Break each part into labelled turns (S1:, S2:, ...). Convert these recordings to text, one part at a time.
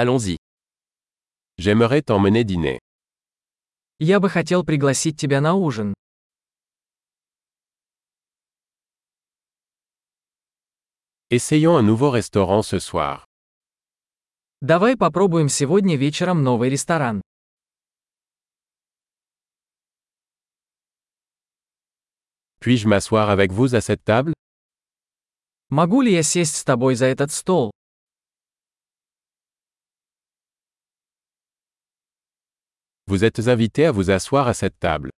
S1: Allons-y. J'aimerais t'emmener dîner.
S2: Я бы хотел пригласить тебя на ужин.
S1: Essayons un nouveau restaurant ce soir.
S2: Давай попробуем сегодня вечером новый ресторан.
S1: Puis-je m'asseoir avec vous à cette table
S2: Могу ли я сесть с тобой за этот стол?
S1: Vous êtes invité à vous asseoir à cette table.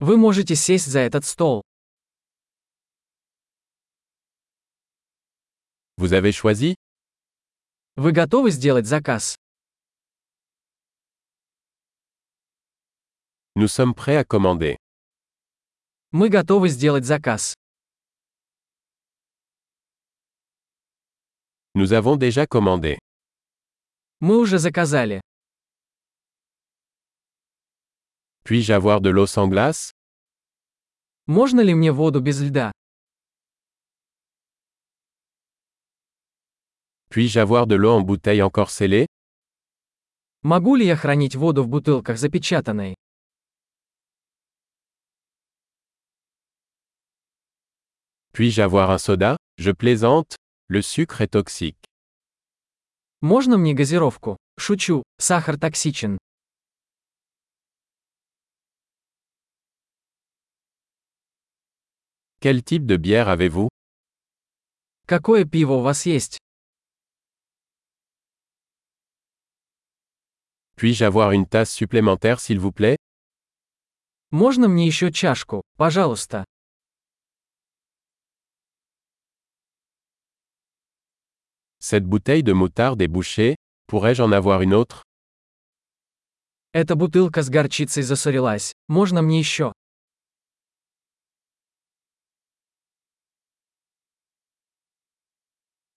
S2: Вы можете сесть за этот стол.
S1: Vous avez choisi
S2: Вы готовы сделать заказ?
S1: Nous sommes prêts à commander.
S2: Мы готовы сделать заказ.
S1: Nous avons déjà commandé.
S2: Мы уже заказали.
S1: Puis-je avoir de l'eau sans glace
S2: Можно ли мне воду без льда?
S1: Puis-je avoir de l'eau en bouteille encore scellée
S2: Могу ли я хранить воду в бутылках запечатанной?
S1: Puis-je avoir un soda Je plaisante. Le sucre est toxique.
S2: Можно мне газировку? Шучу, сахар токсичен.
S1: Quel type de bière avez-vous
S2: Какое пиво у вас есть?
S1: Puis-je avoir une tasse supplémentaire s'il vous plaît
S2: Можно мне еще чашку, пожалуйста?
S1: Cette bouteille de moutarde est bouchée. Pourrais-je en avoir une autre
S2: Эта бутылка с горчицей засорилась. Можно мне еще?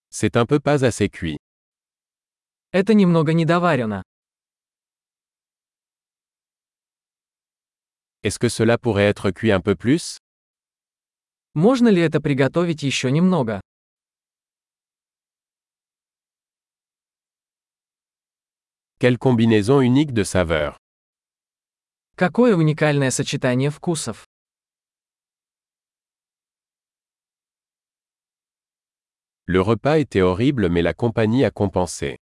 S1: C'est un peu pas assez cuit.
S2: Это немного недоварено.
S1: Est-ce que cela pourrait être cuit un peu plus
S2: Можно ли это приготовить еще немного?
S1: Quelle combinaison unique de saveurs
S2: Какое уникальное сочетание вкусов.
S1: Le repas était horrible mais la compagnie a compensé.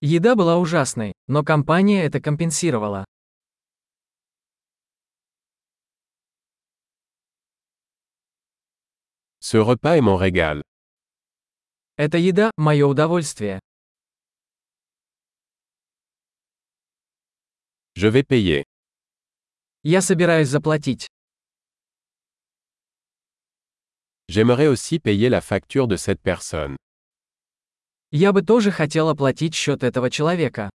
S2: Еда была ужасной, но компания это компенсировала.
S1: Ce repas est mon régal.
S2: Эта еда – мое удовольствие.
S1: Je vais payer.
S2: Я собираюсь заплатить.
S1: J'aimerais aussi payer la facture de cette personne.
S2: Я бы тоже хотел оплатить счет этого человека.